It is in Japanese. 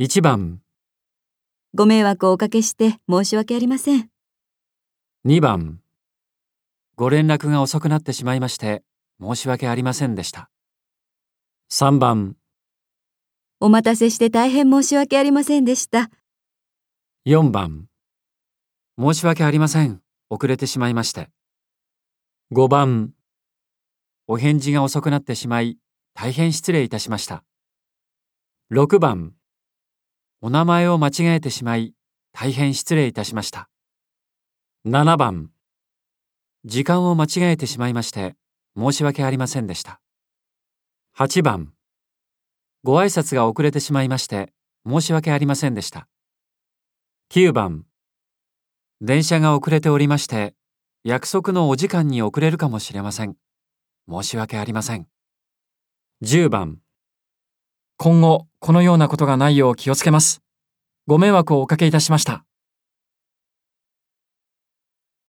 1番、ご迷惑をおかけして申し訳ありません。 2番。ご連絡が遅くなってしまいまして、申し訳ありませんでした。3番、お待たせして大変申し訳ありませんでした。 4番。申し訳ありません。遅れてしまいまして。5番。お返事が遅くなってしまい、大変失礼いたしました。6番。お名前を間違えてしまい、大変失礼いたしました。7番。時間を間違えてしまいまして、申し訳ありませんでした。8番。ご挨拶が遅れてしまいまして、申し訳ありませんでした。9番電車が遅れておりまして約束のお時間に遅れるかもしれません申し訳ありません10番今後このようなことがないよう気をつけますご迷惑をおかけいたしました